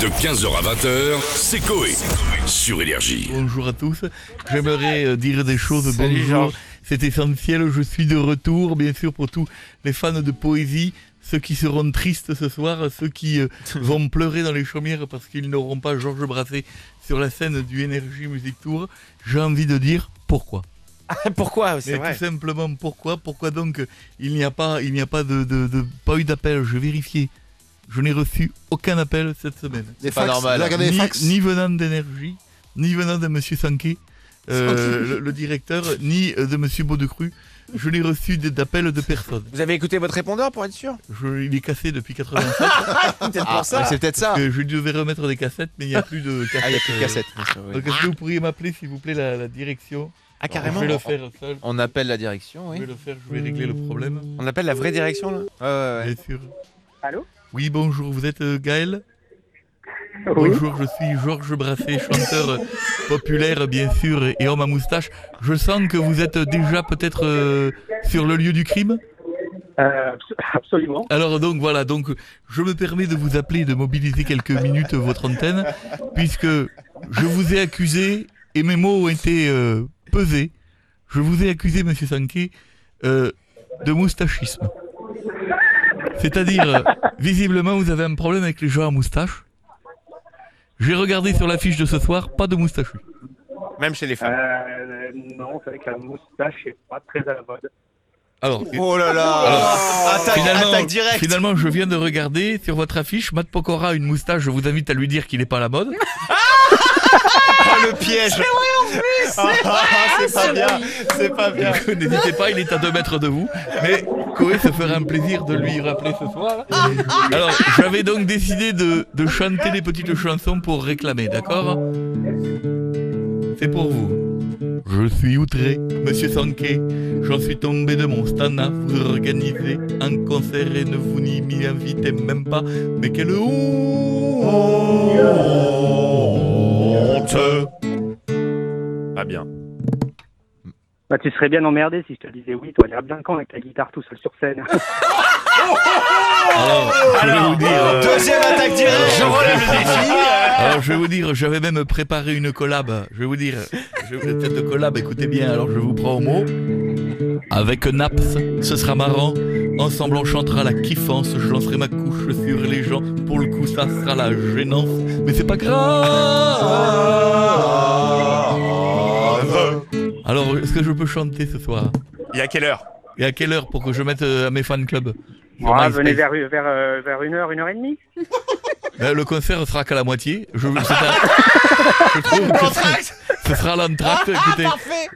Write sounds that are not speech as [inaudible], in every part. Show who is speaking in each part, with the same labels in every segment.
Speaker 1: De 15h à 20h, c'est Coé. Sur Énergie.
Speaker 2: Bonjour à tous. J'aimerais euh, dire des choses.
Speaker 3: Salut,
Speaker 2: Bonjour.
Speaker 3: Georges.
Speaker 2: C'est essentiel. Je suis de retour, bien sûr, pour tous les fans de poésie. Ceux qui seront tristes ce soir, ceux
Speaker 3: [laughs]
Speaker 2: qui euh, vont pleurer dans les chaumières parce qu'ils n'auront pas Georges Brassé sur la scène du Energy Music Tour, j'ai envie de dire pourquoi.
Speaker 3: [laughs] Pourquoi
Speaker 2: Mais tout simplement pourquoi Pourquoi donc euh, il n'y a pas, il n'y a pas de, de- de- pas eu d'appel Je vérifiais. Je n'ai reçu aucun appel cette semaine.
Speaker 4: C'est
Speaker 3: pas normal.
Speaker 4: Il a regardé les
Speaker 2: ni,
Speaker 4: fax.
Speaker 2: ni venant d'énergie, ni venant de Monsieur Sanquet, euh, le, le directeur, ni euh, de Monsieur Baudecru. Je n'ai reçu d- d'appel de personne.
Speaker 3: Vous avez écouté votre répondeur pour être sûr
Speaker 2: Je, il est cassé depuis 87.
Speaker 3: Peut-être
Speaker 4: Ah,
Speaker 3: pour ça.
Speaker 4: c'est peut-être
Speaker 3: [laughs]
Speaker 4: ça.
Speaker 2: que je devais remettre des cassettes, mais il n'y a plus de cassettes.
Speaker 4: Ah, il n'y a plus de
Speaker 2: euh.
Speaker 4: cassette.
Speaker 2: Donc est-ce que vous pourriez m'appeler s'il vous plaît la, la direction
Speaker 3: Ah,
Speaker 2: Je vais le
Speaker 3: carrément.
Speaker 2: faire seul.
Speaker 4: On appelle la direction,
Speaker 2: Je vais
Speaker 4: oui.
Speaker 2: le faire. Je vais régler le problème.
Speaker 3: On appelle la vraie direction là
Speaker 4: Ouais, ouais, ouais.
Speaker 2: Bien sûr.
Speaker 5: Allô
Speaker 2: Oui, bonjour, vous êtes euh, Gaël
Speaker 5: Oui.
Speaker 2: Bonjour, je suis Georges Brassé, chanteur euh, populaire, bien sûr, et homme à moustache. Je sens que vous êtes déjà peut-être euh, sur le lieu du crime.
Speaker 5: Euh, [laughs] abso- absolument.
Speaker 2: Alors donc voilà, donc je me permets de vous appeler, et de mobiliser quelques minutes votre antenne, puisque je vous ai accusé et mes mots ont été euh, pesés. Je vous ai accusé, Monsieur Sanquet, euh, de moustachisme. C'est-à-dire, euh, visiblement, vous avez un problème avec les gens à moustache. J'ai regardé sur l'affiche de ce soir, pas de moustachu.
Speaker 3: Même chez les femmes.
Speaker 5: Euh, non, c'est vrai que la moustache n'est pas très à la mode.
Speaker 2: Alors,
Speaker 4: Oh là là Attaque,
Speaker 2: Finalement,
Speaker 4: attaque directe
Speaker 2: Finalement, je viens de regarder sur votre affiche, Matt Pokora a une moustache, je vous invite à lui dire qu'il n'est pas à la mode.
Speaker 4: Ah, le piège C'est vrai en plus C'est pas bien C'est pas
Speaker 2: [laughs]
Speaker 4: bien
Speaker 2: Donc, N'hésitez pas, il est à 2 mètres de vous. Mais Koé se fera un plaisir de lui rappeler ce soir. Alors, j'avais donc décidé de, de chanter des petites chansons pour réclamer, d'accord C'est pour vous. Je suis outré, monsieur Sanquet. J'en suis tombé de mon stand à vous organiser un concert et ne vous n'y m'y invitez même pas. Mais quelle honte
Speaker 3: Pas bien.
Speaker 5: Bah, tu serais bien emmerdé si je te disais oui, toi, l'air bien quand avec ta guitare tout seul sur scène. [laughs]
Speaker 2: Alors, je vais vous dire, euh,
Speaker 4: Deuxième attaque directe Je relève le défi
Speaker 2: Alors je vais vous dire, j'avais même préparé une collab. Je vais vous dire, je, cette collab, écoutez bien, alors je vous prends au mot. Avec Naps, ce sera marrant. Ensemble on chantera la kiffance, je lancerai ma couche sur les gens. Pour le coup ça sera la gênance, mais c'est pas grave. Alors est-ce que je peux chanter ce soir
Speaker 3: Il y a quelle heure
Speaker 2: Et à quelle heure pour que je mette euh, à mes fan clubs sur
Speaker 5: Ah,
Speaker 2: MySpace
Speaker 5: venez vers, vers, euh, vers une heure, une heure et demie.
Speaker 2: Ben, le concert sera qu'à la moitié. Je, c'est un- je trouve que c'est- ce sera l'entracte. Écoutez,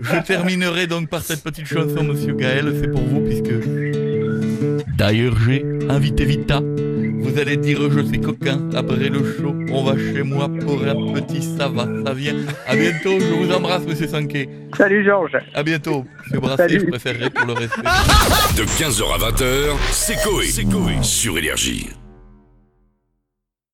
Speaker 2: je terminerai donc par cette petite chanson, monsieur Gaël. C'est pour vous, puisque. D'ailleurs, j'ai invité Vita. Vous allez dire, je suis coquin. Après le show, on va chez moi pour un petit ça va, ça vient. À bientôt, je vous embrasse, monsieur Sanquet.
Speaker 5: Salut Georges.
Speaker 2: À bientôt, monsieur Brassé,
Speaker 5: Salut.
Speaker 2: je préférerais pour le respect.
Speaker 1: De 15h à 20h, c'est Coé. Sur Énergie.